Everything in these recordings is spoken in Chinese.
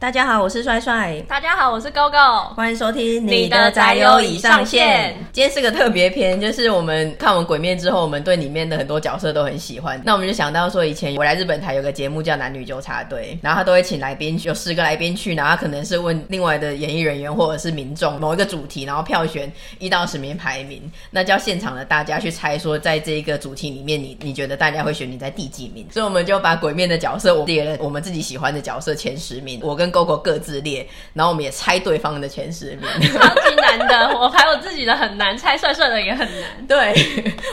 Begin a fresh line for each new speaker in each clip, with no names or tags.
大家好，我是帅帅，
大家好，我是 GoGo。
欢迎收听
你的宅友已上线。
今天是个特别篇，就是我们看完《鬼面》之后，我们对里面的很多角色都很喜欢。那我们就想到说，以前我来日本台有个节目叫《男女纠察队》，然后他都会请来宾，有十个来宾去，然后他可能是问另外的演艺人员或者是民众某一个主题，然后票选一到十名排名，那叫现场的大家去猜说，在这一个主题里面你，你觉得大家会选你在第几名？所以我们就把《鬼面》的角色我列了我们自己喜欢的角色前十名，我跟 GoGo 各自列，然后我们也猜对方的前十名。
超级难 的，我排我自己的很难，猜帅帅的也很难。
对，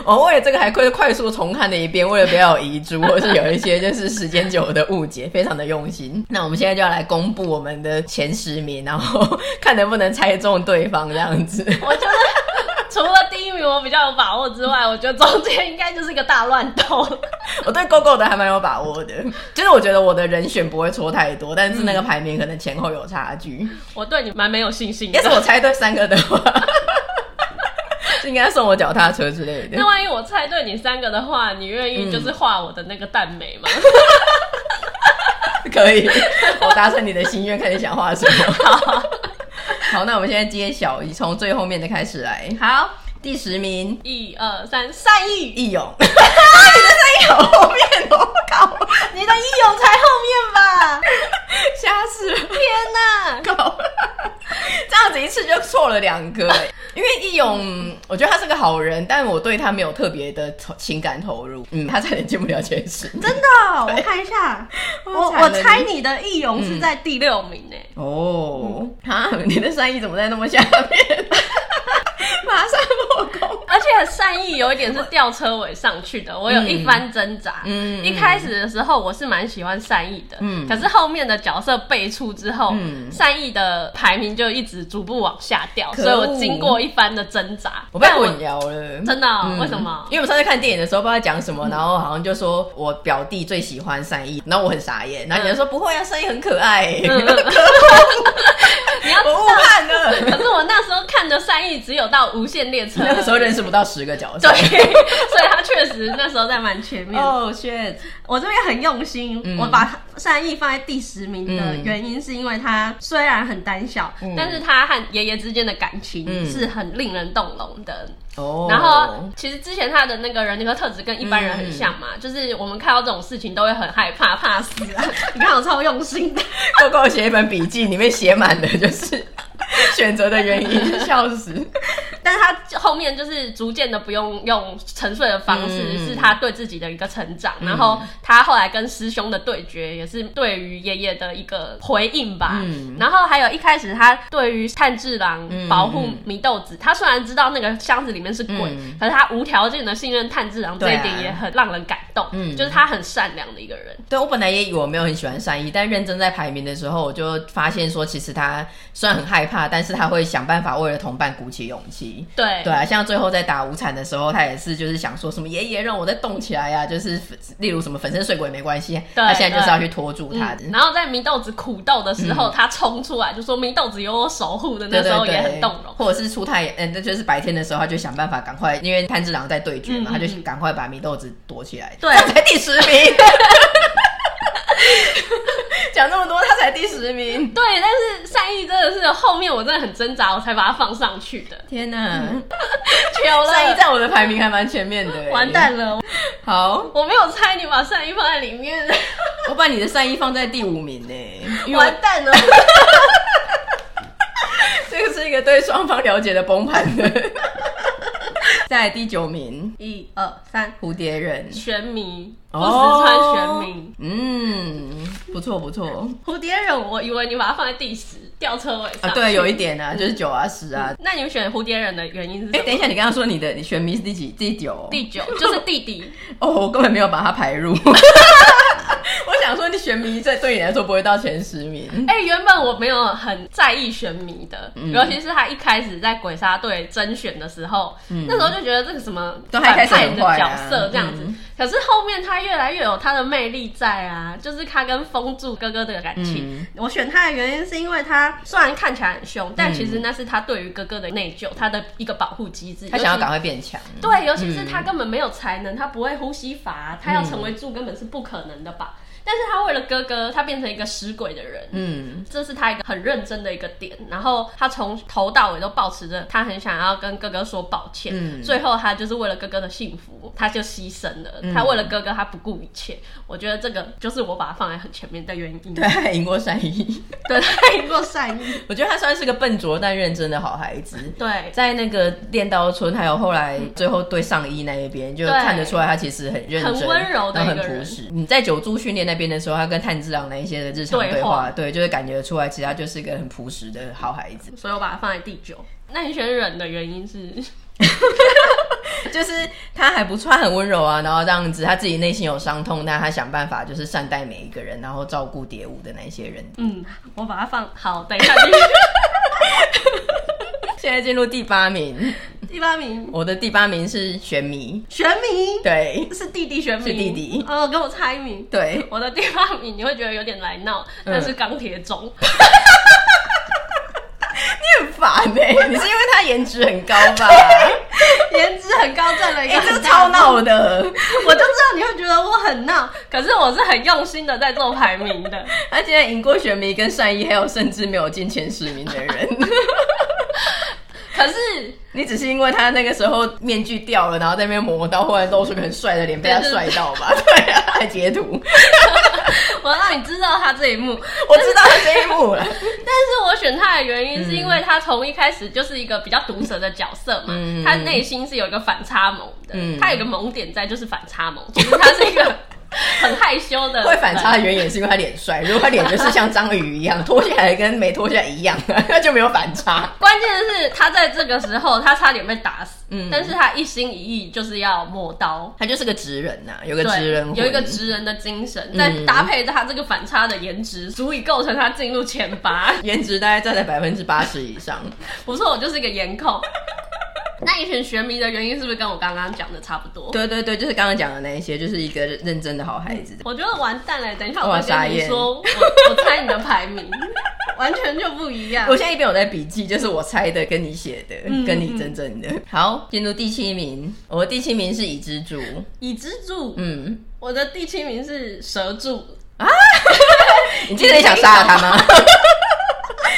我为了这个还快快速重看了一遍，为了不要有遗珠，或是有一些就是时间久的误解，非常的用心。那我们现在就要来公布我们的前十名，然后 看能不能猜中对方这样子。
我觉得 除了第一名我比较有把握之外，我觉得中间应该就是个大乱斗。
我对 GoGo 的还蛮有把握的，就是我觉得我的人选不会错太多，但是那
嗯
个排名可能前后有差距。
我对你蛮没有信心
要是
的。
我猜对三个的话， 就应该送我脚踏车之类的
那。万一我猜对你三个的话，你愿意就是画我的那个蛋美 吗？
可以， 我达成你的心愿，看你想画什么。好，那我们现在揭晓，从最后面的开始来。
好，
第十名，
一二三，善意，
义勇。你的声音好后面哦，靠，
你的义勇才后 面吧？
吓死了，
天哪！
靠！这样子一次就错了两个，欸因为义勇，我觉得他是个好人，但我对他没有特别的投情感投入。嗯，他差点进不了前十。
真的，我看一下， 我
惨了
我
你
猜你的义勇是在第六名呢、
哦，啊，你的善意怎么在那么下 面？马上破功。
而且善意有一点是吊车尾上去的，我有一番挣扎。
嗯嗯
一开始的时候我是蛮喜欢善意的，
嗯
可是后面的角色辈出之后，
嗯
善意的排名就一直逐步往下掉，
可恶
所以我经过一番的挣扎，
我被
但
混淆了，
真的哦、
嗯
为什么？
因为我嗯上次看电影的时候不知道在讲什么，然后好像就说我表弟最喜欢善意，然后我很傻眼，然后你就说不会啊，善意很可爱，
嗯嗯你要知
我误
道，
判 了。
可是我那时候看的善意只有到无限列车，
那个时候认识不到十个角色
对，， 所以他确实那时候在蛮前面的。
哦、shit，
我这边很用心，
嗯
我把善意放在第十名的原因是因为他虽然很胆小，
嗯
但是他和爷爷之间的感情
嗯
是很令人动容的。
哦，嗯
然后其实之前他的那个人格特质跟一般人很像嘛，就是我们看到这种事情都会很害怕、怕死啊。 你看我超用心的，
我给我写一本笔记，里面写满的就是 选择的原因，笑死。
但是他后面就是逐渐的不用用沉睡的方式，
嗯
是他对自己的一个成长。然后他后来跟师兄的对决，也是对于爷爷的一个回应吧。
嗯
然后还有一开始他对于炭治郎
嗯
保护
嗯
祢豆子，他虽然知道那个箱子里面是鬼，
嗯
可是他无条件的信任炭治郎，这
对
一
啊
点也很让人感动。
嗯
就是他很善良的一个人。
对我本来也以为我没有很喜欢善意，但认真在排名的时候，我就发现说，其实他虽然很害怕，但是他会想办法为了同伴鼓起勇气。
对
对啊，像最后在打无惨的时候，他也是就是想说什么爷爷让我再动起来呀、啊就是例如什么粉身碎骨也没关系，他现在就是要去拖住他的。嗯
嗯然后在祢豆子苦斗的时候，他冲出来就说祢豆子有我守护的，那时候也很动容。
或者是出太阳，嗯，那就是白天的时候，他就想办法赶快，因为炭治郎在对决嘛，
嗯嗯
他就赶快把祢豆子躲起来。
对
他才第十名， 讲这么多，他才第十名。
对，但是善意真的是后面我真的很挣扎，我才把它放上去的。
天哪，
有
嗯善意在我的排名还蛮前面的。欸
完！蛋了，
好，
我没有猜你把善意放在里面，
我把你的善意放在第五名呢，因为我
完蛋了。
这个是一个对双方了解的崩盘 的。再来第九名，
一二三，
蝴蝶人，
玄迷，不
哦
时川玄迷。
嗯，不错不错
蝴蝶人，我以为你把它放在第十，吊车尾
啊，
上。
对，有一点啊，就是九啊十啊。
那你们选蝴蝶人的原因是
哎、等
什么？
一下，你刚刚说你的你选迷是第几？第九？
第九就是弟弟，
哦，我根本没有把它排入。我想想说，你选迷这对你来说不会到前十名。
哎、原本我没有很在意选迷的，
嗯
尤其是他一开始在鬼杀队甄选的时候，那时候就觉得这个什么
对
反
嗯他一开始
派
很
的
坏啊
角色这样子。
嗯
可是后面他越来越有他的魅力在啊，就是他跟风柱哥哥的感情。
嗯
我选他的原因是因为他虽然看起来很凶，但其实那是他对于哥哥的内疚，他的一个保护机制。
他想要嗯
尤其
赶快变强。
对，尤其是他根本没有才能，他不会呼吸法啊，
嗯
他要成为柱根本是不可能的吧？但是他为了哥哥，他变成一个食鬼的人。
嗯，
这是他一个很认真的一个点，然后他从头到尾都保持着他很想要跟哥哥说抱歉，
嗯
最后他就是为了哥哥的幸福，他就牺牲了，
嗯
他为了哥哥他不顾一切，我觉得这个就是我把它放在很前面的原因，
对，他还赢过善意。
对，他赢过善意，
我觉得他算是个笨拙但认真的好孩子。
对，
在那个练刀村，还有后来最后对上衣那一边，就看得出来他其实很认真、
很温柔的一个
然
人
后很朴实。你在九珠训练那边的时候，他跟炭治郎那一些的日常对
对
话，
话
对，就会感觉出来，其实他就是一个很朴实的好孩子。
所以我把它放在第九。那你选忍的原因是，
就是他还不错，他很温柔啊，然后这样子，他自己内心有伤痛，但他想办法就是善待每一个人，然后照顾蝶舞的那些人。
嗯，我把它放好，等一下第
现在进入第八名，
第八名，
我的第八名是玄迷，
玄明
对
是弟弟玄明，
是弟弟
哦，跟我猜名，
对，
我的第八名你会觉得有点来闹，
嗯
但是钢铁种，
很烦呢、 你是因为他颜值很高 吧？
颜值很高，占了一
哎、
个
这
很大
超
的
闹的。
我就知道你会觉得我很闹，可是我是很用心的在做排名 的。
他竟然赢过玄迷跟善意，还有甚至没有进前十名的 人。
可是
你只是因为他那个时候面具掉了，然后在那边磨刀，忽然露出个很帅的脸，被他
对
帅到 吧？对啊，还截图，我
我要让你知道他这一幕，
知道他这一幕 了。
但是我选他的原因是因为他从一开始就是一个比较毒舌的角色嘛，
嗯
他内心是有一个反差萌的，
嗯
他有一个萌点在，就是反差萌。其实他是一 个很害羞的，
会反差的原因也是因为他脸帅，如果他脸就是像章鱼一 样脱下来跟没脱下来一样， 那就没有反差。
关键是他在这个时候，他差点被打死，
嗯
但是他一心一意就是要磨刀，
他就是个直人呐、有个
对，
直人魂嗯
有一个直人的精神，再搭配他这个反差的颜值，足以构成他进入前八。
颜值大概占在百分之八十以上。
不错，我就是一个颜控。那你选学迷的原因是不是跟我刚刚讲的差不多？
对对对，就是刚刚讲的那一些，就是一个认真的好孩子。
我觉得完蛋了，等一下
哇
我
傻
跟你
眼
说， 我我猜你的排名完全就不一样
我。现在一边有在笔记，就是我猜的跟你写的，
嗯
跟你真正的。好，进入第七名，我的第七名是已知柱，
已知柱，
嗯，
我的第七名是蛇柱，
你记得你想杀了他吗？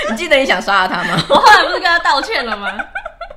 你记得你想杀了他吗？
我后来不是跟他道歉了吗？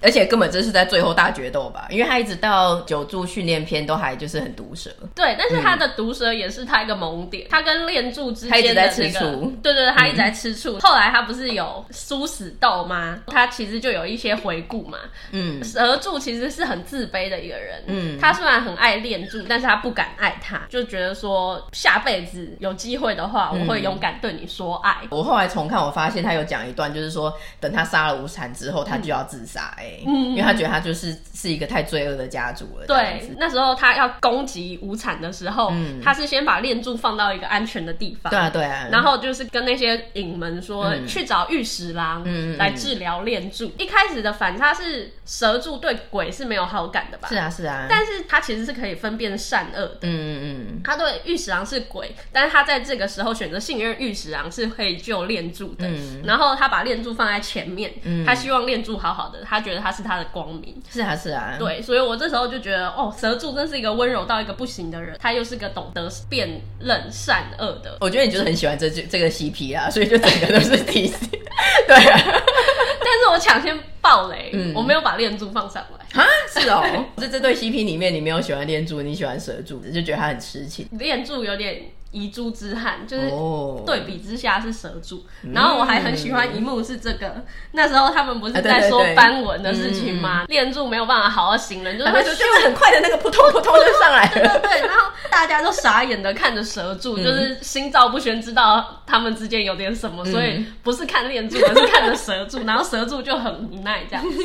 而且根本这是在最后大决斗吧，因为他一直到九柱训练篇都还就是很毒舌，
对，但是他的毒蛇也是他一个萌点，他跟恋柱之
他一直
间的
在
那
吃
个，
醋
对对，对他一直在吃醋。后来他不是有殊死斗吗？他其实就有一些回顾嘛。
嗯
蛇柱其实是很自卑的一个人，
嗯
嗯，他虽然很爱恋柱，但是他不敢爱他，就觉得说下辈子有机会的
嗯
话，我会勇敢对你说爱。
我后来重看，我发现他有讲一段，就是说等他杀了无产之后，他就要自杀、哎、
嗯
因为他觉得他就是是一个太罪恶的家族了，这样
对
子，
那时候他要攻击无产的时候，
嗯
他是先把恋柱放到一个安全的地方，
对啊，对啊，
然后就是跟那些影们说、去找玉十郎
嗯嗯嗯嗯
来治疗恋柱。一开始的反差是蛇柱对鬼是没有好感的吧？
是啊是啊，
但是他其实是可以分辨善恶的。
嗯嗯
他对玉十郎是鬼，但是他在这个时候选择信任玉十郎是可以救恋柱的。
嗯
然后他把恋柱放在前面，
嗯
他希望恋柱好好的，他觉得他是他的光明。
嗯，是啊是啊，
对，所以我这时候就觉得，哦，蛇柱真是一个温柔到一个不行的人，他又是个懂得辨认善恶的
我觉得你就是很喜欢这这个 CP 啊，所以就整个都是 T C，对啊，
但是我抢先爆雷，
嗯
我没有把恋珠放上来。
啊是哦， 这这对 CP 里面你没有喜欢恋柱，你喜欢蛇柱，就觉得他很痴情
恋柱有点遗珠之憾，就是
哦，嗯
对比之下是蛇柱。然后我还很喜欢一幕是这个，那时候他们不是在说
啊对对嗯对
斑纹的事情吗？恋柱没有办法好好行人，就是
然
会
后就就是很快的那个扑通扑通就上来
对
了，嗯
对对，然后大家都傻眼的看着蛇柱，就是心照不宣，知道他们之间有点什
嗯
么，所以不是看恋柱，而是看着蛇 柱，然后蛇柱就很无奈这样子。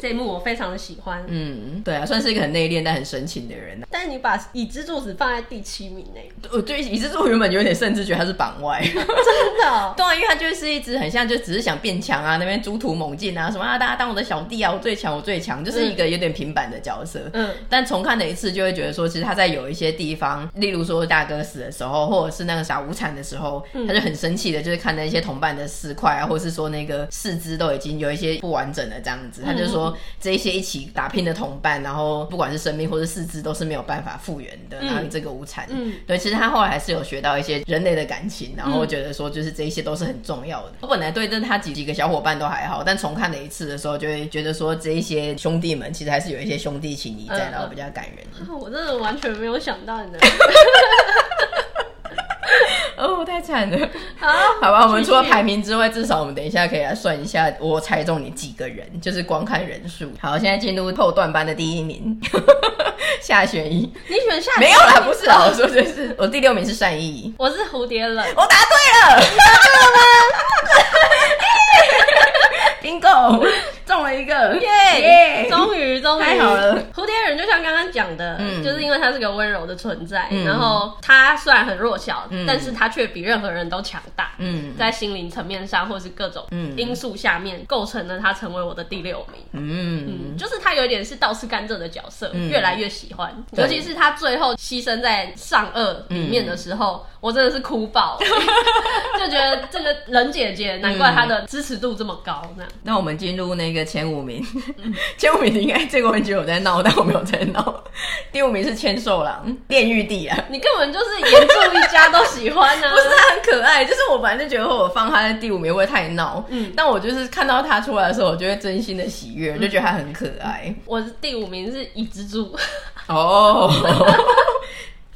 这一幕我非常的喜欢，
嗯，对啊，算是一个很内敛但很深情的人、啊。
但是你把已知柱子放在第七名呢、
我对以之助原本有点甚至觉得他是榜 外，
真的。
对啊，因为他就是一直很像，就只是想变强啊，那边猪突猛进啊，什么啊，大家当我的小弟啊，我最强，我最强，就是一个有点平板的角色。
嗯，
但重看了一次，就会觉得说，其实他在有一些地方，例如说大哥死的时候，或者是那个啥无产的时候，他就很生气的，就是看那些同伴的尸块啊，或是说那个四肢都已经有一些不完整了这样子，他就说这一些一起打拼的同伴，然后不管是生命或是四肢都是没有办法复原的，然后这个无产，
嗯
对，其实他后来还是有学到一些人类的感情，然后觉得说就是这一些都是很重要的。我本来对这他几几个小伙伴都还好，但重看了一次的时候，就会觉得说这一些兄弟们其实还是有一些兄弟情谊在，
嗯
然后比较感人。
啊我真的完全没有想到你的
哦，太惨了。
啊！
好吧，我们除了
继续
排名之外，至少我们等一下可以来算一下，我猜中你几个人，就是光看人数。好，现在进入后段班的第一名， 夏雪怡。
你选下
没有啦，不是啊啦，我说就是我第六名是单依依，
我是蝴蝶冷，
我答对了，你答对了吗 ？bingo，中了一个，耶
耶！终于，终于
太好了。
蝴蝶人就像刚刚讲的，
嗯
就是因为他是个温柔的存在，
嗯
然后他虽然很弱小，
嗯
但是他却比任何人都强大。
嗯
在心灵层面上，或是各种
嗯
因素下面，构成了他成为我的第六名。
嗯
嗯，就是他有点是倒吃甘蔗的角色，
嗯
越来越喜欢，
对
尤其是他最后牺牲在上二里面的时候，
嗯
我真的是 哭爆，就觉得这个冷姐姐，难怪她的支持度这么高，那样
那我们进入那个前五名， 前五名应该这个问题有在闹，但我没有在闹。 第五名是千寿郎，炼狱帝啊。
你根本就是严重一家都喜欢呢、啊，
不是他很可爱，就是我本来就觉得我放他在第五名会太闹，嗯
嗯，
但我就是看到他出来的时候，我就会真心的喜悦，就觉得他很可爱
我是第五名是以蜘 蛛，
哦。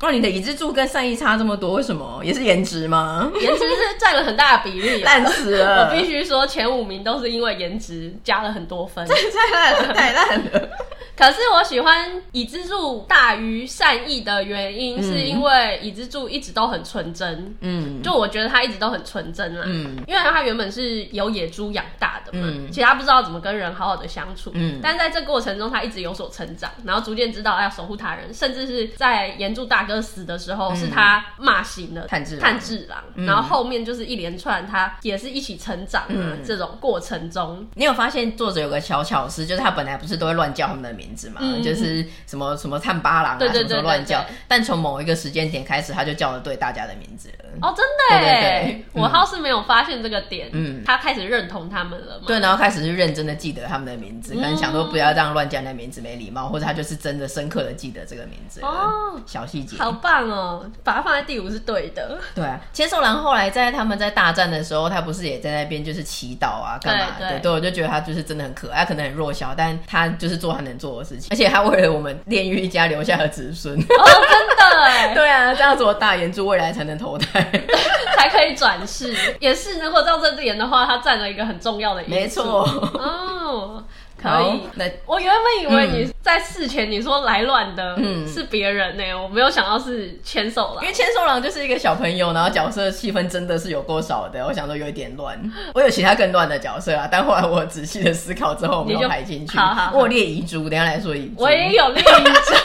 哇，你的已知柱跟善意差这么多，为什么？也是颜值 吗？
颜值是占了很大的比例、啊。
烂死
我
了，
必须说，前五名都是因为颜值加了很多分。
太烂了，太烂了。
可是我喜欢以之助大于善意的原因，是因为以之助一直都很纯真。
嗯，
就我觉得他一直都很纯真啦，
嗯
因为他原本是由野猪养大的嘛，
嗯
其实他不知道怎么跟人好好的相处，
嗯
但在这过程中他一直有所成长，然后逐渐知道哎要守护他人，甚至是在岩柱大哥死的时候，
嗯
是他骂醒了
炭治郎
炭治郎，然后后面就是一连串他也是一起成长啊、
嗯
这种过程中，
你有发现作者有个小巧思，就是他本来不是都会乱叫他们的名字嘛，
嗯嗯嗯
就是什么什么灿巴郎啊，
对对
什么什么
对对
乱叫
对，
但从某一个时间点开始，他就叫得对大家的名字了。
哦，真的
对
耶！
对对
我好是没有发现这个点，
嗯
他开始认同他们了嘛？
对，然后开始是认真的记得他们的名字，可能想说不要这样乱叫人家名字没礼貌，或者他就是真的深刻的记得这个名字了
哦
小细节。
好棒哦，把它放在第五是对 的，
对啊，千寿郎后来在他们在大战的时候，他不是也在那边就是祈祷啊，干嘛的？
对对
我就觉得他就是真的很可爱，可能很弱小，但他就是做他能做的事情，而且他为了我们炼狱一家留下了子孙。
哦，真的 哎，
对啊，这样子我大岩柱未来才能投胎。
才可以转世。也是，如果照这点的话，他占了一个很重要的因素。
没， 错，
哦，可
好
以。，
那
我原本以为你在事前你说来乱的
嗯
是别人呢、我没有想到是牵手啦
因。为千寿郎就是一个小朋友，然后角色戏份真的是有够少的，我想说有一点乱。我有其他更乱的角色啊，但后来我仔细的思考之后，我没
你
有
就
排进去。
好好好
我有列遗珠，等一下来说遗珠。
我也有 另一张。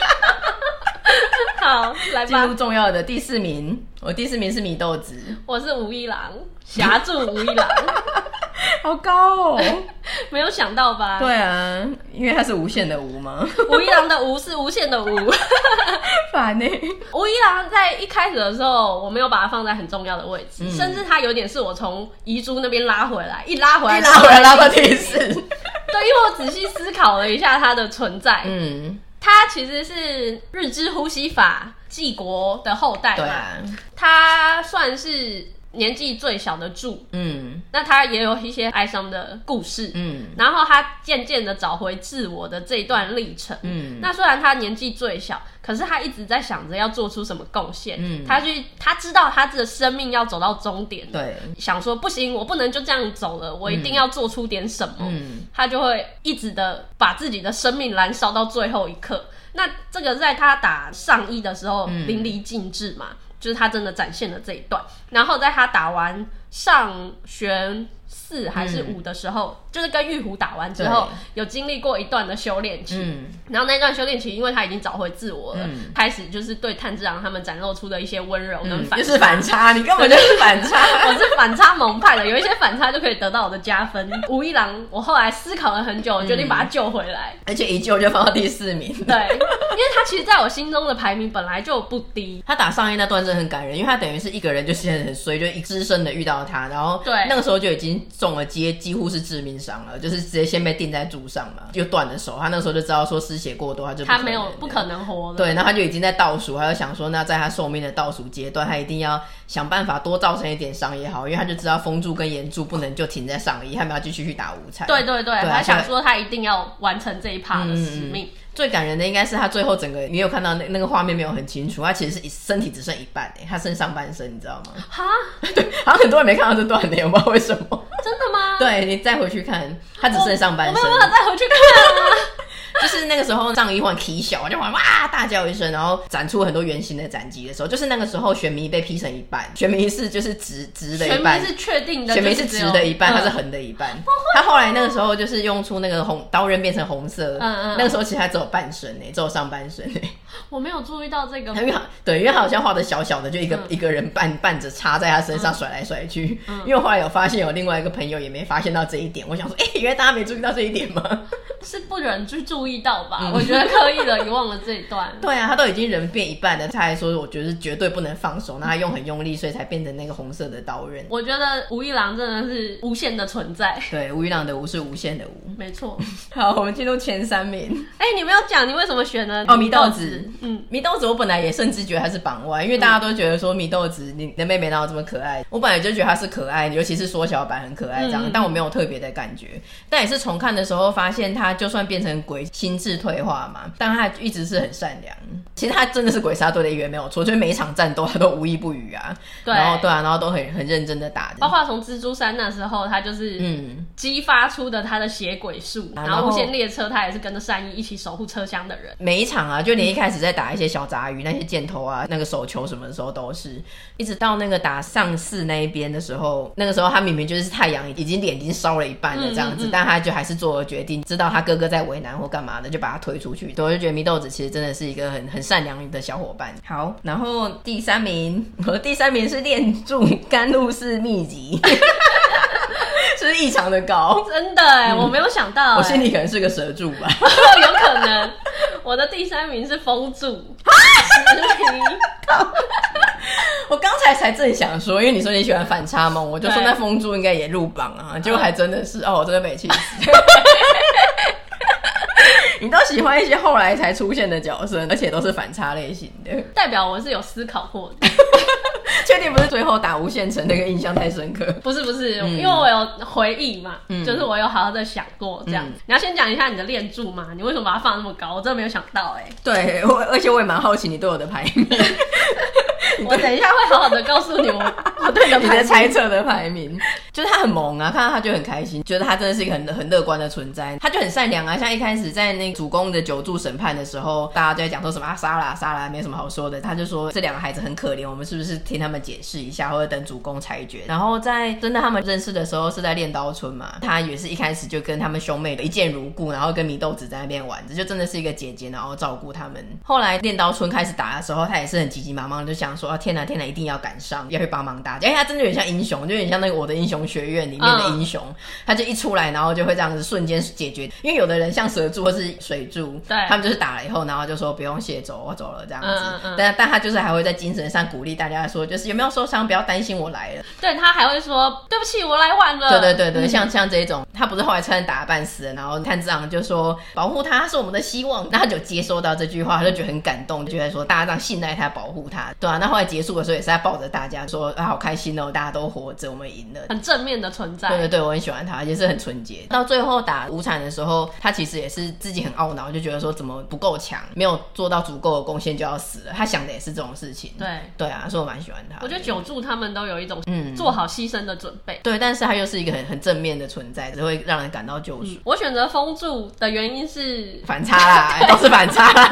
好，来
进入
吧，
重要的第四名，我第四名是米豆子，
我是吴一郎，侠助吴一郎。
好高哦。
没有想到吧？
对啊，因为它是无限的无嘛，
吴一郎的无是无 限的无。
烦呢、
吴一郎在一开始的时候，我没有把它放在很重要的位置，
嗯
甚至他有点是我从遗珠那边拉回来，一拉回来，
一拉回来拉到第四。
对，因为我仔细思考了一下他的存在，
嗯，
他其实是日之呼吸法纪国的后代
对
嘛，
啊，
他算是年纪最小的柱，
嗯
那他也有一些哀伤的故事，
嗯
然后他渐渐的找回自我的这一段历程，
嗯
那虽然他年纪最小，可是他一直在想着要做出什么贡献。
嗯
他去，他知道他的生命要走到终点，，
对，
想说不行，我不能就这样走了，我一定要做出点什么。
嗯
他就会一直的把自己的生命燃烧到最后一刻。那这个在他打上衣的时候
嗯
淋漓尽致嘛。就是他真的展现了这一段。然后在他打完上弦四还是
嗯
五的时候，就是跟玉虎打完之后，有经历过一段的修炼期。
嗯
然后那段修炼期，因为他已经找回自我了，
嗯
开始就是对炭治郎他们展露出的一些温柔跟
嗯，
反、
就是反差，你根本就是反差。
我是反差萌派的，有一些反差就可以得到我的加 分。吴一郎，我后来思考了很久，我决定把他救回来。
而且一救就放到第四名。
对，因为他其实在我心中的排名本来就不低。
他打上一那段真的很感人，因为他等于是一个人就是很衰，就一只身的遇到他，然后
对
那个时候就已经中了接几乎是致命伤了，就是直接先被钉在柱上嘛，又断了手。他那时候就知道说失血过多，他就不
他
可
没有
能
不可能活了，
对，然后他就已经在倒数，他就想说，那在他寿命的倒数阶段，他一定要想办法多造成一点伤也好，因为他就知道风柱跟岩柱不能就停在上一，他们要继续去打五彩。
对对对，
对嗯啊
他想说他一定要完成这一趴的使命。
最感人的应该是他最后整个，你有看到那那个画面没有很清楚，他其实是一身体只剩一半、欸，他剩上半身，你知 道吗？
哈，
对，好像很多人没看到这段呢、我不知道为什么。
真的吗？
对你再回去看，他只
我，
剩上半
我
身
没，有办法再回去看 啊。
就是那个时候上一换踢小，就哇哇大叫一声，然后展出很多圆形的斩击的时候，就是那个时候玄弥被劈成一半，玄弥是就是直直的一
全
半
民。是确定的，
玄弥
就是只
直
有
的一半，
嗯
它是横的一半。他后来那个时候就是用出那个红刀刃变成红色，
嗯嗯
那个时候其实他只有半身欸呢、只有上半身呢、
我没有注意 到这个
因为好对，因为他好像画的小小的，就一个、
嗯
一个人伴伴着插在他身上甩来甩去。因为我后来有发现有另外一个朋友也没发现到这一点，我想说，哎、原来大家没注意到这一点吗？
是不忍去注意到吧？
嗯
我觉得刻意的遗忘了这一段。
对啊，他都已经人变一半了，他还说我觉得是绝对不能放手，那他用很用力，所以才变成那个红色的刀刃。
我觉得吴一郎真的是无限的存在。
对，吴一郎的无是无限的无。
没错，
好，我们进入前三名。
哎、你没有讲你为什么选了
哦米豆子
子，嗯，
米豆子，我本来也甚至觉得她是榜外，因为大家都觉得说米豆子，你的妹妹哪有这么可爱？我本来就觉得她是可爱，尤其是缩小版很可爱这样，
嗯嗯嗯
但我没有特别的感觉。但也是重看的时候发现，她就算变成鬼，心智退化嘛，但她一直是很善良。其实她真的是鬼杀队的一员，没有错，就是每一场战斗她都无一不语啊。
对哦
然后对啊，然后都很很认真的打
包
着。
括从蜘蛛山那时候，他就是
嗯，
激发出的他的血鬼术，
啊
然
然
后
后
无限列车他也是跟着善意一起守护车厢的人。
每一场啊，就连一开始在打一些小杂鱼、那些箭头啊、那个手球什么的时候，都是一直到那个打上市那一边的时候，那个时候他明明就是太阳已经脸已经烧了一半了这样子，
嗯嗯嗯
但他就还是做了决定，知道他哥哥在为难或干嘛的，就把他推出去。所以我就觉得祢豆子其实真的是一个很很善良的小伙伴。好，然后第三名，我的第三名是练柱甘露寺秘籍， 是不是异常的高？
真的哎、我没有想到、哎
嗯我心里可能是个蛇柱吧。
有可能。我的第三名是风柱，
啊
十名
我刚才才正想说，因为你说你喜欢反差萌，我就说
对
那风珠应该也入榜啊，结果还真的是，哦，我真的被气死。 你都喜欢一些后来才出现的角色，而且都是反差类型的，
代表我是有思考过的。
确定不是最后打无限城那个印象太深刻？
不是不是，
嗯
因为我有回忆嘛，
嗯
就是我有好好的想过这样。
嗯
你要先讲一下你的练柱嘛，你为什么把它放那么高？我真的没有想到 哎、
对，我而且我也蛮好奇你对我的排名，
我等一下会好好的告诉你我 我对你的
你的
排
猜测的排名，就是他很萌啊，看到他就很开心，觉得他真的是一个很很乐观的存在，他就很善良啊。像一开始在那个主公的九柱审判的时候，大家都在讲说什么啊杀啦杀啦，没什么好说的。他就说这两个孩子很可怜，我们是不是听他们解释一下，或者等主公裁决？然后在真的他们认识的时候是在练刀村嘛，他也是一开始就跟他们兄妹的一见如故，然后跟米豆子在那边玩，这就真的是一个姐姐，然后照顾他们。后来练刀村开始打的时候，他也是很急急忙忙，就想说啊天哪天哪，一定要赶上，要去帮忙大家，因为他真的有点像英雄，就有点像那个我的英雄学院里面的英雄，
嗯
他就一出来，然后就会这样子瞬间解决。因为有的人像蛇柱或是水柱，
对
他们就是打了以后，然后就说不用谢，走，我走了这样子。
嗯嗯嗯
但但他就是还会在精神上鼓励大家说，就是有没有受伤，不要担心，我来了。
对他还会说对不起，我来晚了。
对对对对，
嗯
像像这种，他不是后来差点打得半死了，然后炭治郎就说保护他是我们的希望， 那他就接收到这句话，他就觉得很感动，就觉得说大家这样信赖他，保护他，对啊。那后来结束的时候也是在抱着大家说啊，好开心哦，大家都活着，我们赢 了。
很正面的存在。
对对对，我很喜欢他，也是很纯洁。到最后打无产的时候，他其实也是自己很懊恼，就觉得说怎么不够强，没有做到足够的贡献就要死了。他想的也是这种事情。
对
对啊，所以我蛮喜欢他的。
我觉得久住他们都有一种
嗯
做好牺牲的准备。
对，但是他又是一个很很正面的存在，只会让人感到嗯救赎。
我选择封住的原因是
反差啦， 都是反差啦，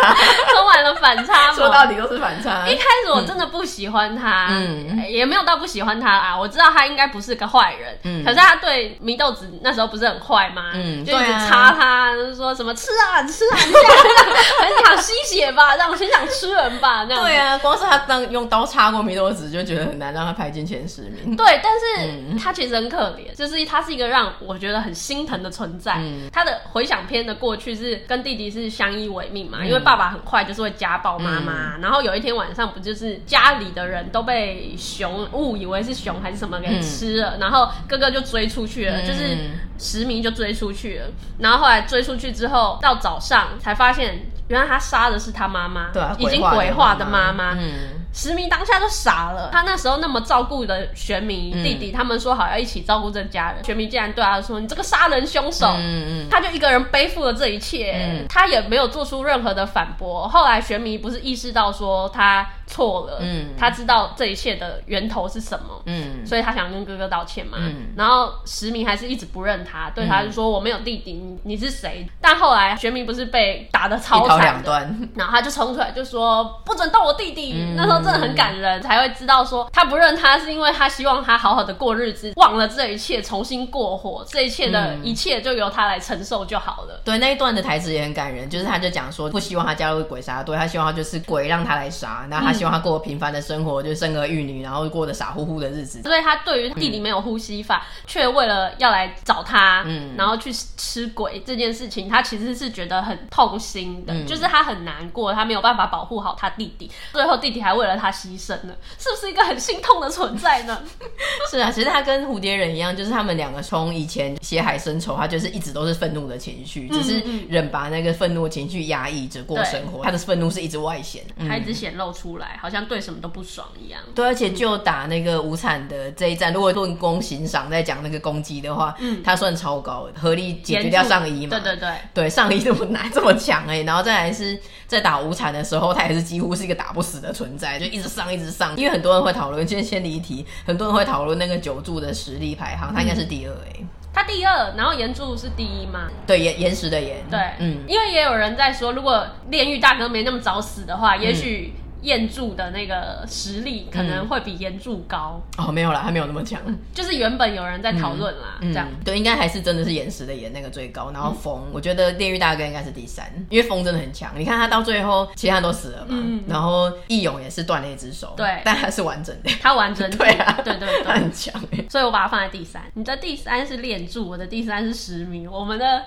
充满了反差萌。
说到底都是反差
一。开始我真的不喜欢他，
嗯
也没有到不喜欢他啊。我知道他应该不是个坏人，
嗯
可是他对祢豆子那时候不是很坏吗？
嗯
就一直
对啊
插他，就是说什么吃啊吃啊，你想 很想吸血吧，让我很想吃人吧，那样子
对啊，光是他当用刀插过米豆子，就觉得很难让他排进前十名。
对，但是
嗯
他其实很可怜，就是他是一个让我觉得很心疼的存在。
嗯
他的回想片的过去是跟弟弟是相依为命
嗯
嘛，因为爸爸很快就是会家暴妈妈，然后有一天晚上不就是家里的人都被熊误以为是熊还是什么给吃了，然后哥哥就追出去了，
嗯
就是实名就追出去了，然后后来追出去之后，到早上才发现原来他杀的是他妈妈，
对啊，
已经
鬼
鬼化的
妈
妈妈，
嗯，
石明当下就傻了，他那时候那么照顾的玄明、
嗯
弟弟，他们说好要一起照顾这家人，玄明竟然对他说：“你这个杀人凶手！”
嗯嗯
他就一个人背负了这一切，
嗯
他也没有做出任何的反驳。后来玄明不是意识到说他错了，
嗯
他知道这一切的源头是什么，
嗯
所以他想跟哥哥道歉嘛。
嗯
然后石明还是一直不认他，对他就说：“我没有弟弟，你你是谁？”但后来玄明不是被打的
嗯，
超
一刀
惨
两
的，
断。
然后他就冲出来就说：“不准动我弟弟！”
嗯
那时候真的很感人，才会知道说他不认他是因为他希望他好好的过日子，忘了这一切，重新过活，这一切的
嗯
一切就由他来承受就好了。
对那一段的台词也很感人，就是他就讲说不希望他加入鬼杀队，他希望他就是鬼让他来杀，然后
嗯
他希望他过平凡的生活，就生儿育女，然后过着傻乎乎的日子。
所以他对于弟弟没有呼吸法，却为了要来找他，
嗯
然后去吃鬼这件事情，他其实是觉得很痛心的，
嗯
就是他很难过，他没有办法保护好他弟弟，最后弟弟还为了他牺牲了，是不是一个很心痛的存在呢？
是啊，其实他跟蝴蝶人一样，就是他们两个从以前血海深仇，他就是一直都是愤怒的情绪，只
嗯
是忍把那个愤怒的情绪压抑着过生活，他的愤怒是一直外显。嗯
他一直显露出来，好像对什么都不爽一样。
对，而且就打那个无产的这一战，如果论功行赏在讲那个攻击的话，他算超高的，合力解决掉上一嘛。
嗯对对对，
对上一这么难这么强哎、然后再来是在打无产的时候，他也是几乎是一个打不死的存在，就一直上一直上。因为很多人会讨论，先先离题，很多人会讨论那个九柱的实力排行，他应
嗯
该是第二哎、
他第二，然后岩柱是第一嘛。
对，岩岩石的岩。
对，
嗯，
因为也有人在说，如果炼狱大哥没那么早死的话，
嗯
也许燕柱的那个实力可能会比岩柱高，
哦，没有啦，他没有那么强。
就是原本有人在讨论啦，
嗯
啊这样。嗯
对，应该还是真的是岩石的岩那个最高，然后风，我觉得炼狱大哥应该是第三，因为风真的很强。你看他到最后，其他人都死了嘛，
嗯
然后义勇也是断了一只手，
对
但他是完整的，
他完整 体，
对啊，
对对
他
对。
很强哎。
所以我把它放在第三。你的第三是练柱，我的第三是十名，我们的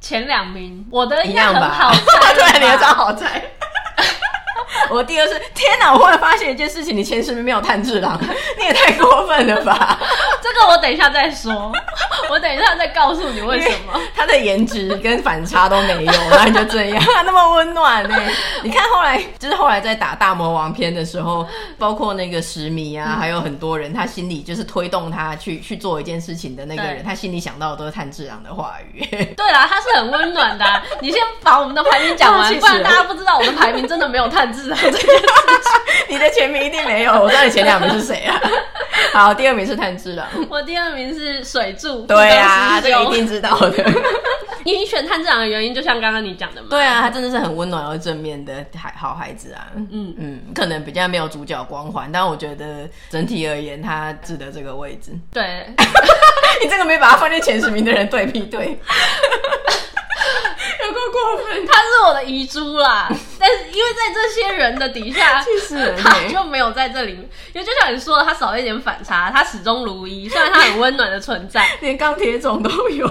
前两名，我的
一
应该
样
很
吧
好猜 了
对，啊你的
吧
超好猜。 我第二是，天哪！我忽然发现一件事情，你前十名没有炭治郎， 你也太过分了 吧？
这个我等一下再说，我等一下再告诉你为什 么。
他的颜值跟反差都没有， 然后你就这样，他那么温暖呢、你看后来，就是后来在打大魔王篇的时候，包括那个石迷啊，还有很多人，他心里就是推动他去去做一件事情的那个
对
人，他心里想到的都是炭治郎的话语。
对啦，它是很温暖的啊、你先把我们的排名 讲
忘
完，
记
不然
死了
大家不知道我的排名真的没有炭治郎这个。
你的前名一定没有，我知道你前两名是谁啊？好，第二名是炭治郎。
我第二名是水柱，
对啊，
这
这个一定知道的。
你选炭治郎的原因，就像刚刚你讲的嘛。
啊对啊，他真的是很温暖而正面的孩好孩子啊。
嗯，
嗯，可能比较没有主角光环，但我觉得整体而言，他值得这个位置。
对，
你这个没把他放进前十名的人对比对， 有够过分，
他是我的遗珠啦。 但是因为在这些人的底下，
气死人
他
欸
就没有在这里面。因为就像你说的，他少了一点反差，他始终如一。虽然他 很温暖的存在，
连钢铁总都有。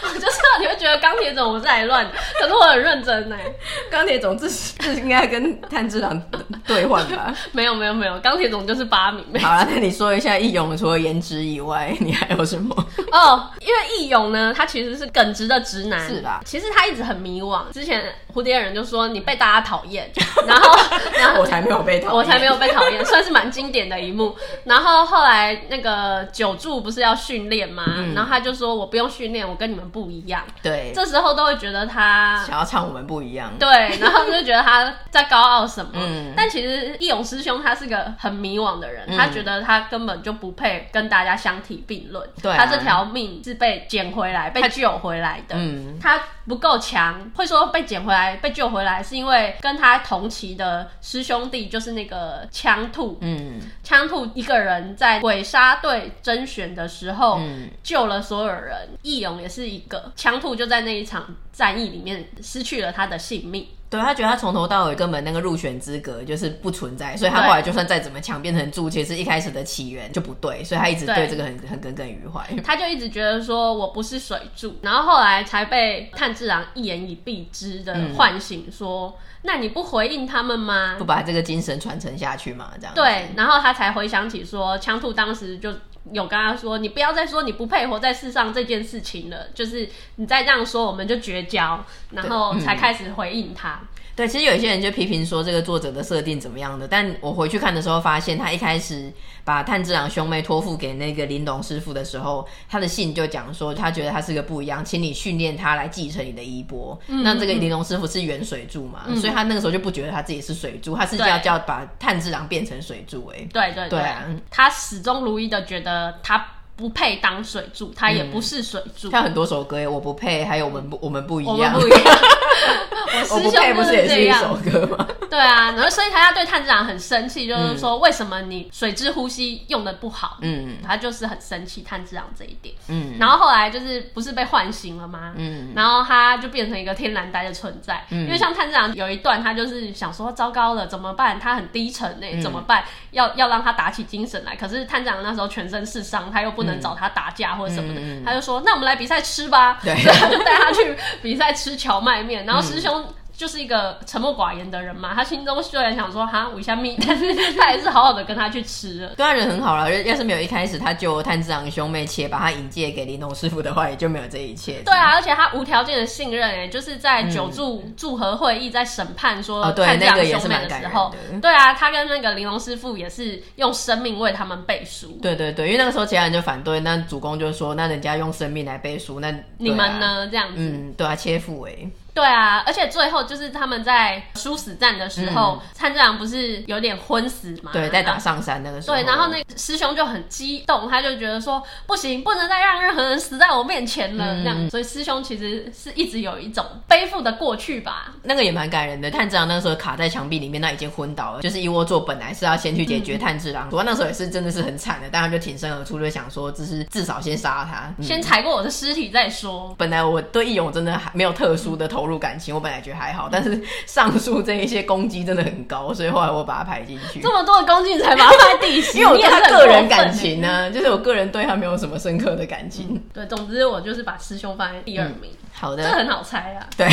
我就是你会觉得钢铁总我是来乱的，可是我很认真 呢。欸
钢铁总自是应该跟炭治郎兑换吧？
没有没有没有，钢铁总就是八名。
好了，那你说一下义勇除了颜值以外，你还有什么？
哦，因为义勇呢，他其实是耿直的直男，
是吧
其实他一直很迷惘。之前蝴蝶人就说你被大家讨厌， 然后然后
我才没有被讨厌，
我才没有被讨厌，算是蛮经典的一幕。然后后来那个久住不是要训练吗？然后他就说我不用训练，我跟你们不一样。
对，
这时候都会觉得他
想要唱我们不一样。
对，然后就觉得他在高傲什么。
嗯
但其实义勇师兄他是个很迷惘的人，他觉得他根本就不配跟大家相提并论。
对啊
他这条命是被捡回来、被救回来的。
嗯
他不够强，会说被捡回来、被救回来，是因为跟他同期的师兄弟就是那个枪兔。
嗯
枪兔一个人在鬼杀队甄选的时候、
嗯
救了所有人，义勇也是一个。枪兔就在那一场战役里面失去了他的性命。
对他觉得他从头到尾根本那个入选资格就是不存在，所以他后来就算再怎么强，变成注，其实一开始的起源就不对，所以他一直
对
对这个很很耿耿于怀。
他就一直觉得说我不是水柱，然后后来才被炭治郎一言以蔽之的唤醒说，那你不回应他们吗
不？把这个精神传承下去嘛，这样子
对，然后他才回想起说，枪兔当时就有跟他说，你不要再说你不配活在世上这件事情了，就是你再这样说，我们就绝交，然后才开始回应他。
对，其实有一些人就批评说这个作者的设定怎么样的，但我回去看的时候发现，他一开始把炭治郎兄妹托付给那个林董师傅的时候，他的信就讲说，他觉得他是个不一样，请你训练他来继承你的衣钵。
嗯
那这个林董师傅是原水柱嘛，所以他那个时候就不觉得他自己是水柱，他是
对
要叫把炭治郎变成水柱、欸。
对对
对啊
他始终如一的觉得他不配当水柱，他也不是水柱。
他有很多首歌欸，我不配，还有我们不我们不一
我们
样，
不 一样，我
我
师
不
兄
配不
就是是
也
这
是一
样。
首歌吗？
对啊，然后所以他要对探长很生气，就是说为什么你水之呼吸用的不好？
嗯
他就是很生气炭治郎这一点，
嗯
然后后来就是不是被唤醒了吗？
嗯，
然后他就变成一个天然呆的存在，因为像炭治郎有一段，他就是想说糟糕了怎么办？他很低沉呢、
嗯
怎么办？要要让他打起精神来。可是炭治郎那时候全身是伤，他又不能找他打架或者什么的，他就说那我们来比赛吃吧，
嗯对
带他去比赛吃荞麦面。然后师兄。就是一个沉默寡言的人嘛，他心中虽然想说哈我一下蜜，但是他还是好好的跟他去吃了。
对他人很好啦，要是没有一开始他救炭治郎兄妹且把他引介给林农师傅的话，也就没有这一切。
对啊，而且他无条件的信任、欸，就是在九柱祝和会议在审判说
嗯哦对
看这
那个
两
也
兄
是
妹
蛮感
时
人
候，
的
对啊，他跟那个玲珑师傅也是用生命为他们背书。
对对对，因为那个时候其他人就反对，那主公就说，那人家用生命来背书，那、对啊
你们？呢？这样子，
嗯，对啊，切腹哎、
对啊，而且最后就是他们在殊死战的时候，参战郎不是有点昏死嘛？
嗯对，在
然
打
后。
上山那个时候，
啊对，然后那个师兄就很激动，他就觉得说不行，不能再让任何人死在我面前了，
嗯
这样。所以师兄其实是一直有一种背负的过去吧，
那个也蛮感人的。炭治郎那时候卡在墙壁里面，那已经昏倒了，就是一窝座本来是要先去解决
嗯
炭治郎，我、那时候也是真的是很惨的，但他就挺身而出，就想说，这是至少先杀他，嗯
先踩过我的尸体再说。
本来我对义勇真的还没有特殊的投入感情，我本来觉得还好，但是上述这一些攻击真的很高，所以后来我把它排进去
这。么多的工具你才把它放在第 十，
因为我
你
对
也是
他
很
个人
过分欸
感情呢、就是我个人对他没有什么深刻的感情。
欸。对，总之我就是把师兄放在第二 名，
好
这
的，
很好猜啊，
对，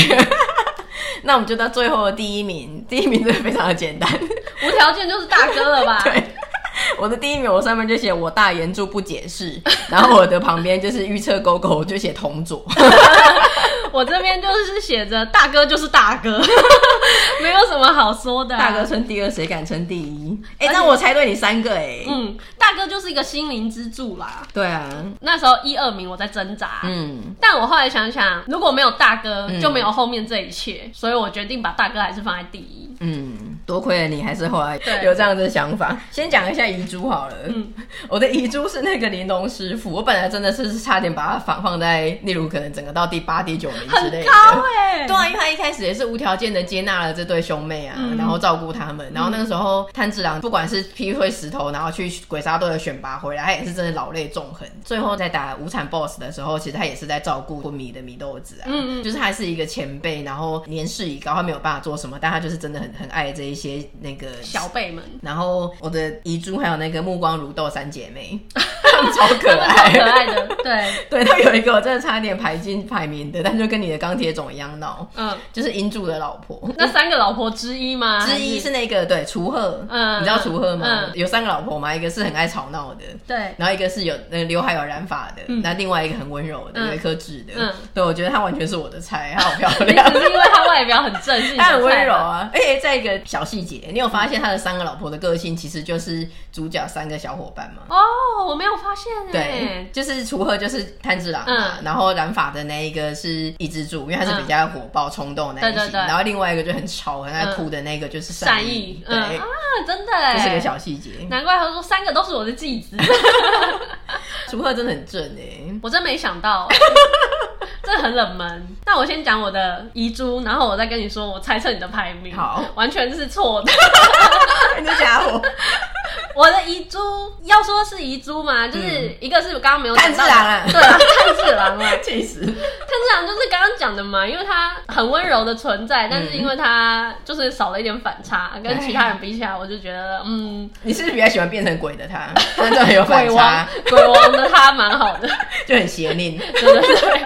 那我们就到最后的第一名， 第一名真的非常的简单。
无条件就是大哥了吧？
对，我的第一名我上面就写我大原著不解释， 然后我的旁边就是预测勾勾，我就写同左。
我这边就是写着大哥就是大哥， 没有什么好说的、 啊
大哥，称第二，谁敢称第一？哎、
而且
那我猜对你三个哎、
嗯，大哥就是一个心灵支柱啦。
对啊，
那时候一二名我在挣扎。
嗯。
但我后来想想，如果没有大哥，就没有后面这一切，所以我决定把大哥还是放在第一。
嗯，多亏了你，还是后来
对
有这样的想法。先讲一下遗珠好了。嗯，我的遗珠是那个玲珑师傅，我本来真的是差点把它放放在，例如可能整个到第八、第九名之
很
类的。
高哎、
对啊，因为他一开始也是无条件的接纳了这对兄妹啊，
嗯
然后照顾他们。然后那个时候，炭治郎不管是劈碎石头，然后去鬼杀队的选拔回来，他也是真的老泪纵横。最后在打无产 BOSS 的时候，其实他也是在照顾昏迷的米豆子啊，
嗯嗯
就是他是一个前辈，然后年事已高，他没有办法做什么，但他就是真的很很爱这一些那个
小辈们，
然后我的遗珠还有那个目光如豆三姐妹，他们超可
他们超可
爱。
爱的，对，
对，他有一个我真的差点排进排名的，但就跟你的钢铁种一样闹，
嗯，
就是银柱的老婆。
那三个老婆之一吗？
之一
还
是那个对楚赫，
啊嗯
你知道楚赫吗
嗯？
有三个老婆嘛，一个是很爱吵闹的，
对，
然后一个是有呃刘海有染发的，那、另外一个很温柔的，
嗯
有一颗痣的。
嗯
对，我觉得她完全是我的菜，她好漂
你 只
亮。
是因为她外表很正，是你的
她很温
菜
柔
吧。
啊，而且在一个小细节，你有发现她的三个老婆的个性其实就是主角三个小伙伴吗？
哦，我没有发现
对
哎，，
就是楚河就是炭治郎嘛，
嗯
然后染发的那一个是伊之助，因为他是比较火爆冲动的那一型，
嗯对对对
然后另外一个就很吵很爱哭的那个就是
善
意
意，，
对，
嗯啊，真的
这是个
哎，
小细节。
难怪他说三个都是我的继子，
楚河真的很正哎、
我真没想 到，这很冷门。那我先讲我的遗珠，然后我再跟你说我猜测你的排名，
好，
完全是错的。
你这家伙，
我的遗珠要说是遗珠嘛，就是一个是刚刚没有
嗯炭
讲
治
到
郎
的，
啊，
对啊，炭治郎啊，
气死！
炭治郎就是刚刚讲的嘛，因为他很温柔的存在，但是因为他就是少了一点反差，跟其他人比起来，我就觉得嗯，
你是不是比较喜欢变成鬼的 他？他真的很有反
鬼王
差，
鬼王的他蛮好 的，
就很邪佞。
对对对，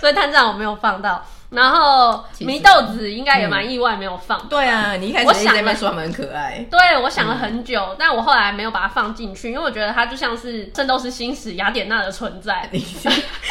所以炭治郎我没有放到，然后
其实
祢豆子应该也蛮意外没有放。
对啊，你一开始
我
一直在那
想
边
了
说他们很可爱，
对，我想了很久，但我后来没有把它放进去，因为我觉得它就像是《圣斗士星矢》雅典娜的存在，
你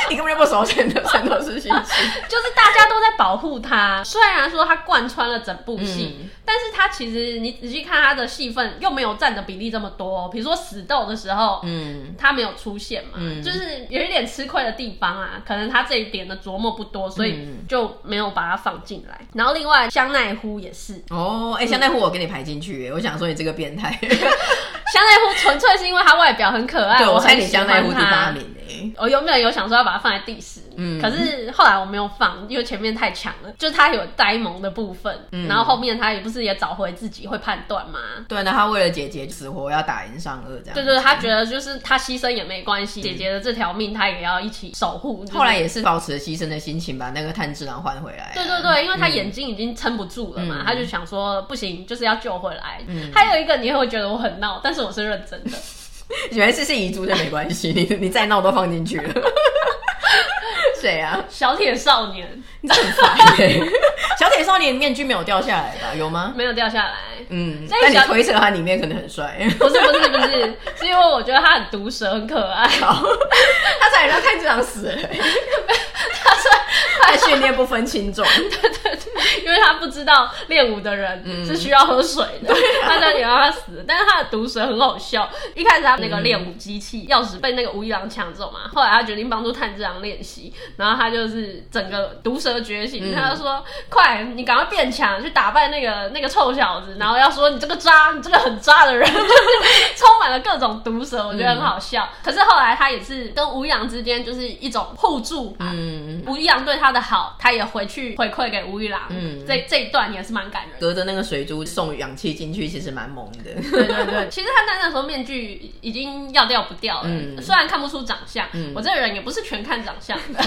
你根本就不熟悉的圣斗士星矢。
就是大家都在保护他。虽然说他贯穿了整部戏，
嗯
但是他其实你仔细看他的戏份，又没有占的比例这么多。哦比如说死斗的时候，
嗯，
他没有出现嘛，
嗯
就是有一点吃亏的地方啊，可能他这一点的琢磨不多，所以
嗯
就没有把它放进来。然后另外香奈乎也是，
哦，哎、香奈乎我给你排进去、欸我想说你这个变态。
香奈乎纯粹是因为他外表很可爱，
对，我
哎我
猜
很
你
喜
香
欢
奈乎第八
他。
名诶、
我原本有想说要把它放在第十，
嗯
可是后来我没有放，因为前面太强了，就是他有呆萌的部分，
嗯
然后后面他也不是也找回自己会判断嘛，
对，那他为了姐姐死活要打赢上颚，这样。
对对，。他觉得就是他牺牲也没关系，姐姐的这条命他也要一起守护。就
嗯
是
后来也是保持牺牲的心情把那个炭治郎换回来、
对对，对，因为他眼睛已经撑不住了嘛，
嗯
他就想说不行，就是要救回来。还有一个你会觉得我很闹，但是我是认真 的，
原来是是遗珠就没关系，你你再闹都放进去 了。谁 啊？
小铁少年
你真的很烦、欸。小铁少年面具没有掉下来吧？有吗？
没有掉下来。
嗯，
那个
但你
小
推测他里面可能很帅，
不是不是不是，是因为我觉得他很毒舌，很可爱。
他才让炭治郎死了、欸
他说
他训练不分轻重。
因为他不知道练武的人是需要喝水的，他差点让他死。但是他的毒舌很好笑，一开始他那个练武机器钥匙被那个吴一郎抢走嘛，后来他决定帮助炭治郎练习，然后他就是整个毒舌觉醒，他就说：“快，你赶快变强，去打败那个那个臭小子。”然后要说：“你这个渣，你这个很渣的人。” 充满了各种毒舌，我觉得很好笑。可是后来他也是跟吴一郎之间就是一种互助吧，
嗯，
吴一郎对他的好，他也回去回馈给吴一郎。
嗯
嗯，这这一段也是蛮感人的。
隔着那个水珠送氧气进去，其实蛮萌的。
对对对，其实他戴那时候面具已经要掉不掉了，
嗯
虽然看不出长相，
嗯哦
我这个人也不是全看长 相的。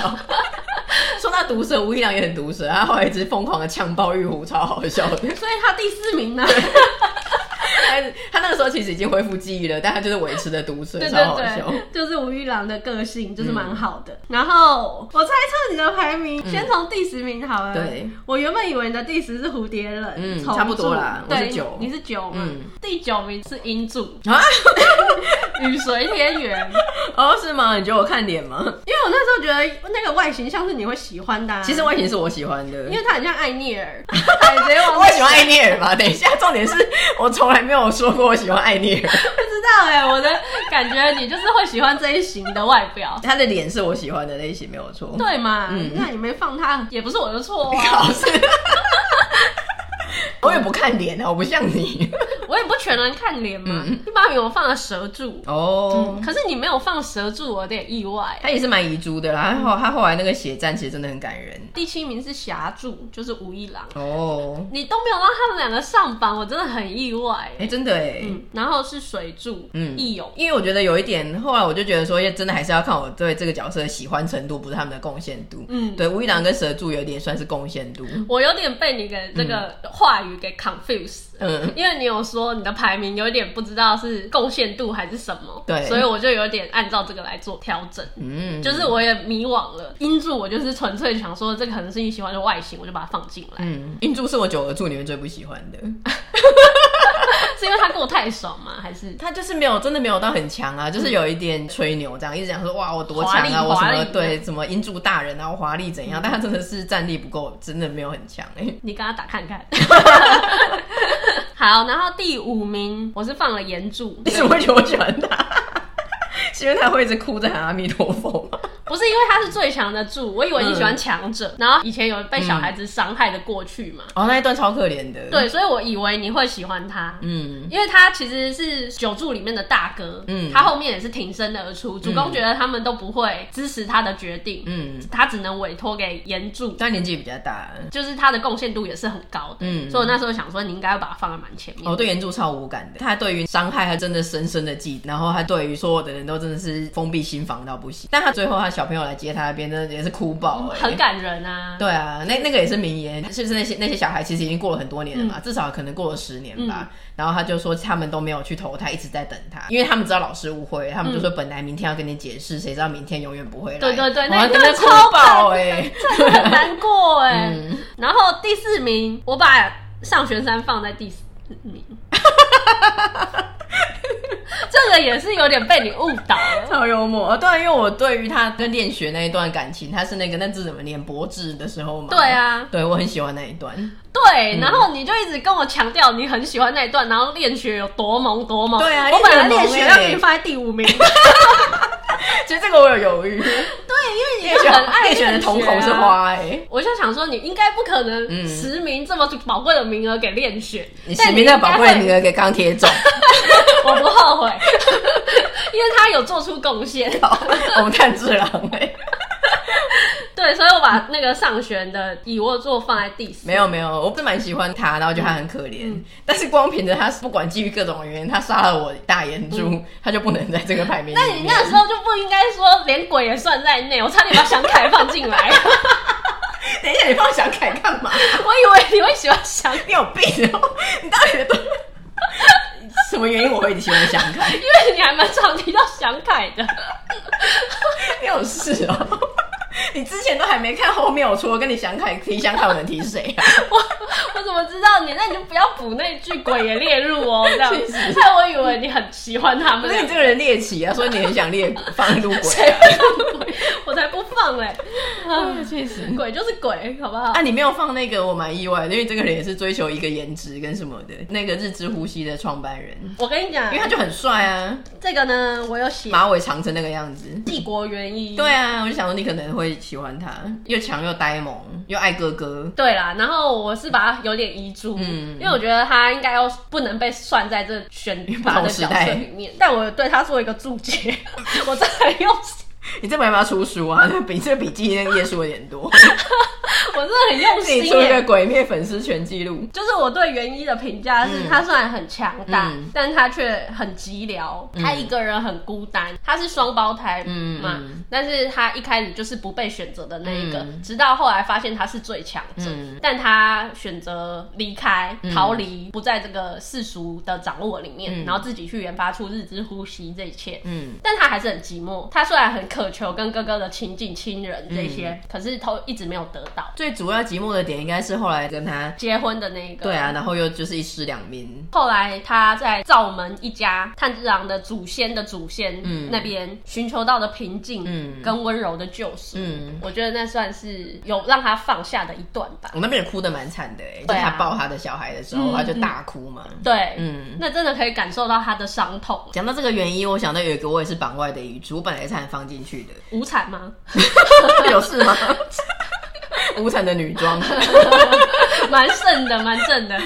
说到毒舌，吴一良也很毒舌，他后来一直疯狂的呛爆玉壶，超好笑 的。
所以他第四名呢、
他他那个时候其实已经恢复记忆了，但他就是维持的毒舌，
对
超好
对
笑。嗯
对，就是吴一郎的个性就是蛮好的。然后我猜测你的排名，先从第十名好了。
对，
我原本以为你的第十是蝴蝶人，
嗯
虫
差不多
柱
啦我是
对，
九
你是九嘛？
嗯
第九名是英柱
啊，
雨随天缘。
哦，是吗？你觉得我看脸吗？
因为我那时候觉得那个外形像是你会喜欢的、啊，
其实外形是我喜欢的，
因为他很像艾 涅尔，哎海贼王
我也喜欢艾涅尔嘛。等一下，重点是我从来没有说过我喜欢艾涅尔，
不知道哎、我的感觉你就是会喜欢这一型的外 表，
他的脸是我喜欢的类型，没有错。
对嘛？
嗯
那你没放他也不是我的错 啊，
考试，我也不看脸啊，我不像你。
我也不全然看脸嘛。第八名我放了蛇柱，
嗯哦，
可是你没有放蛇柱，我有点意外。
他也是蛮遗珠的啦。他后他后来那个血战其实真的很感人。
第七名是霞柱，就是吴一郎，
哦，
你都没有让他们两个上榜，我真的很意外
哎、
欸。
真的哎、
嗯，然后是水柱，
嗯
嗯，义勇。
因为我觉得有一点，后来我就觉得说，真的还是要看我对这个角色的喜欢程度，不是他们的贡献度。
嗯
对，吴一郎跟蛇柱有点算是贡献度。
我有点被你的这个话语给 confuse，
嗯，
因为你有说你的排名有点不知道是贡献度还是什么，
对
所以我就有点按照这个来做调整。
嗯，
就是我也迷惘了，音柱我就是纯粹想说，这个可能是你喜欢的外形，我就把它放进来，
嗯，英柱是我九个柱里面最不喜欢的，
是因为他跟我太熟吗？还是
他就是没有真的没有到很强啊，就是有一点吹牛这样，一直讲说哇我多
华
强
丽
啊，我什
华
么
丽
对什么英柱大人啊，我华丽怎样，但他真的是战力不够，真的没有很强 哎、
你跟他打看 看？好，然后第五名我是放了岩柱，
你怎么会觉得我喜欢他？ 是因为他会一直哭着喊阿弥陀佛吗？
不是因为他是最强的柱，我以为你喜欢强者，
嗯
然后以前有被小孩子伤害的过去嘛，
哦，那一段超可怜的。，
对，所以我以为你会喜欢他。
嗯，
因为他其实是九柱里面的大哥，
嗯
他后面也是挺身而出。主公觉得他们都不会支持他的决定，
嗯，
他只能委托给岩柱，
但年纪比较大。
就是他的贡献度也是很高的，
嗯
所以我那时候想说你应该要把它放在蛮前面。
我、哦对原著超无感的，他对于伤害他真的深深的记，然后他对于所有的人都真的是封闭心房到不行。但他最后他小朋友来接他那边，真的也是哭爆、欸，
很感人啊。
对啊，那那个也是名言，就是那些那些小孩其实已经过了很多年了嘛，
嗯
至少可能过了十年吧。然后他就说他们都没有去投胎，一直在等他，因为他们知道老师误会，他们就说本来明天要跟你解释，谁知道明天永远不会来。
嗯对对对
哇
那
真的
那
哭
超
爆嗯哎！
真的很 难过哎、然后第四名，我把上玄山放在第四 名，这个也是有点被你误导 了。
超幽默啊！对啊，因为我对于他跟练学那一段感情，他是那个那字怎么念博智的时候嘛。
对啊，
对我很喜欢那一段。 嗯
对，然后你就一直跟我强调你很喜欢那一段，然后练学有多萌多萌。
对啊
我本来
练
练
学
学
很萌
让
欸
你放在第五名，
其实这个我有犹豫，
对，因为
练
你
学
就很爱
练学的
练
瞳
学啊
孔是。花哎。
我就想说，你应该不可能
嗯
实名这么宝贵的名额给练学，
你
但
前面那
应该
宝贵的
会
名额给钢铁总，
我不后悔， 因为他有做出贡献。
哦我们炭治郎哎、
对，所以我把那个上旋的乙卧座放在第四。
没有没有，我不是蛮喜欢他，然后觉得他很可
嗯
怜。但是光凭着他不管基于各种原因，他杀了我大眼珠，他就不能在这个排名
嗯那
里
你
面。
那时候就不应该说连鬼也算在内，我差点把祥凯放 进来，
等一下，你放小凯干嘛？
我以为你会喜欢祥，
你有病哦！你到底都 什么原因我会喜欢小凯？
因为你还蛮常提到祥凯的。
你有事哦！你之前都还没看后面，我除了跟你想凯提想凯，我能提谁啊？
我 我怎么知道你？那你就不要补那句鬼也列 入哦，这样
确实。
害我以为你很喜欢 他
不
们
是你
俩。
这个人猎奇啊，所以你很想 猎放入鬼。啊
谁会放鬼？ 我才不 放嘞、啊
确实。
鬼就是鬼，好不好？
啊，你没有放那个，我蛮意外的，因为这个人也是追求一个颜值跟什么的，那个日之呼吸的创办人，
我跟你讲
因为，他就很帅啊，
这个呢，我有写
马尾长成那个样子。
帝国原因。
对啊，我就想说你可能会喜欢他，又强又呆萌，又爱哥哥。
对啦，然后我是把它有点遗珠，
嗯
因为我觉得他应该要不能被算在这选拔的角色里面，但我对他做一个注解， 我真的很用心，
你这本要不要出书啊？ 这比这比纪念页数有点 多。
我真的很用
你
心
出一个
耶。
《鬼灭》粉丝全记录，
就是我对元一的评价是，他虽然很强大，
嗯
但他却很寂寥，他一个人很孤单。他是双胞胎
嗯
嘛，
嗯
但是他一开始就是不被选择的那一个，
嗯
直到后来发现他是最强者，
嗯
但他选择离开、逃离，不在这个世俗的掌握里面，然后自己去研发出日之呼吸这一切。
嗯，
但他还是很寂寞，他虽然很渴求跟哥哥的亲近、亲人这些，
嗯
可是都一直没有得到。
最主要寂寞的点应该是后来跟他
结婚的那一个，
对啊，然后又就是一尸两命。
后来他在灶门一家炭治郎的祖先的祖先、那边寻求到的平静，
嗯
跟温柔的救赎。
嗯，
我觉得那算是有让他放下的一段吧。
我那边也哭的蛮惨的、欸，就
对
是
啊
他抱他的小孩的时候，
嗯
他就大哭嘛。
对，
嗯
那真的可以感受到他的伤痛。
讲到这个原因，我想到有一个我也是榜外的遗嘱，我本来也差点放进去的，
无产 吗？
有事吗？ 无产的女装，
蛮正的，蛮正的。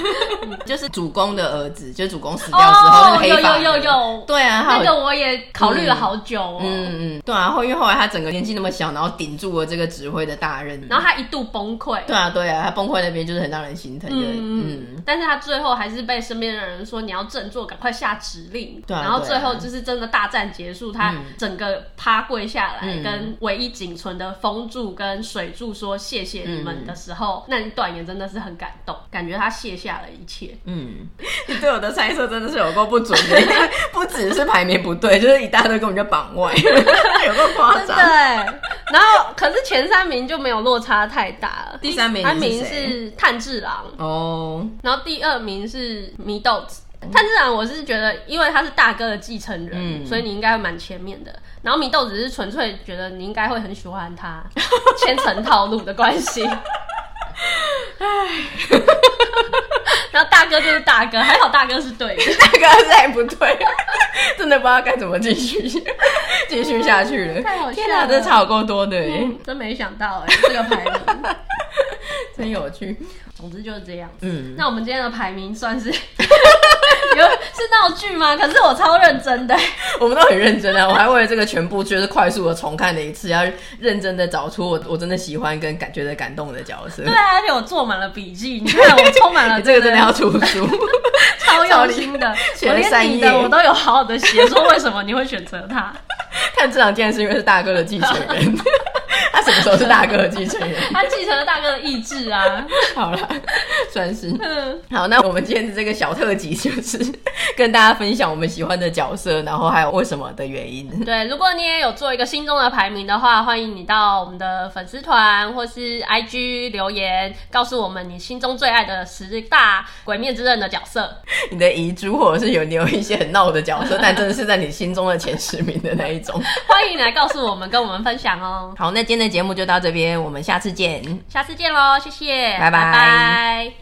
就是主公的儿子，就是主公死掉之后、那个黑
有
发
哦有
的，
有有，
对啊，他
那
有
个我也考虑了好久哦。
嗯嗯，对啊，后因为后来他整个年纪那么小，然后顶住了这个指挥的大任，
然后他一度崩溃。
对啊对啊，他崩溃那边就是很让人心疼的，
嗯
嗯
嗯，但是他最后还是被身边的人说你要振作，赶快下指令。
对啊啊嗯
然后
对啊
最后就是真的大战结束，他整个趴跪下来，
嗯
跟唯一仅存的风柱跟水柱说谢谢你们的时候，那一段也真的是很很感动，感觉他卸下了一切。
嗯，你 对我的猜测真的是有够不准的， 不只是排名不对，就是一大堆根本就榜外， 有够夸
真的
张。
哎，然后可是前三名就没有落差太大了。
第三名
第
是谁
是炭治郎，
哦，
然后第二名是祢豆子。炭治郎，我是觉得，因为他是大哥的继承人，
嗯
所以你应该会蛮前面的。然后祢豆子是纯粹觉得你应该会很喜欢他， 千层套路的关系。 然后大哥就是大哥，还好大哥是对的。
大哥再不对， 真的不知道该怎么继 续继续下去了。嗯
太好笑了
天哪，这差有够多的耶，
真没想到哎、这个排名。
真有趣。
总之就是这样子。
嗯，
那我们今天的排名算是 有是闹剧吗？可是我超认真的，
我们都很认真啊，我还为了这个全部就是快速的重看了一次，要认真的找出我我真的喜欢跟感觉的感动的角色。
对啊，而且我做满了笔记，你看啊我充满 了
你这个真的要
个
出书。
超用心 的，
写
我
了三
连你
页
的我都有好好的写，说为什么你会选择他，
看这场竟然是因为是大哥的继承人，他什么时候是大哥的继承人？
他继承了大哥的意志 啊。
好了，算是。
嗯
好，那我们今天的这个小特辑就是跟大家分享我们喜欢的角色，然后还有为什么的原因。
对，如果你也有做一个心中的排名的话，欢迎你到我们的粉丝团或是 IG 留言，告诉我们你心中最爱的十大《鬼灭之刃》的角色。
你的遗珠或者是有你有一些很闹的角色，但真的是在你心中的前十名的那一种。
欢迎来告诉我们，跟我们分享哦。
好，那今天的节目就到这边，我们下次见。
下次见喽，谢谢，
拜拜
拜拜